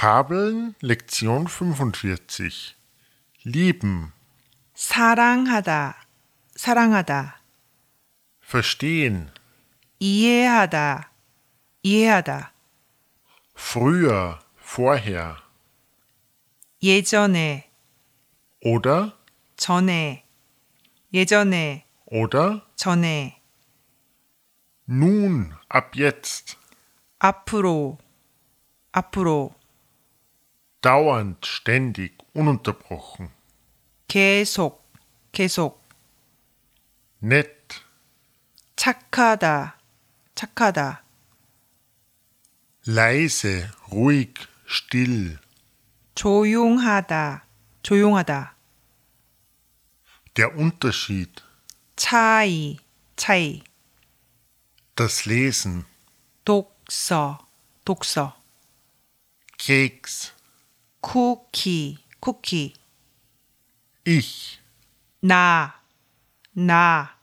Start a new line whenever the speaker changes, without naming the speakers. Vokabeln Lektion 45 Lieben,
사랑하다, 사랑하다,
verstehen,
이해하다, 이해하다,
früher, vorher
예전에,
oder
전에, 예전에,
oder
전에,
nun, ab jetzt,
앞으로, 앞으로,
dauernd, ständig, ununterbrochen,
계속, 계속,
nett,
착하다, 착하다,
leise, ruhig, still,
조용하다, 조용하다,
der Unterschied,
차이, 차이,
das Lesen,
독서, 독서,
Keks,
쿠키, 쿠키,
ich,
나, 나,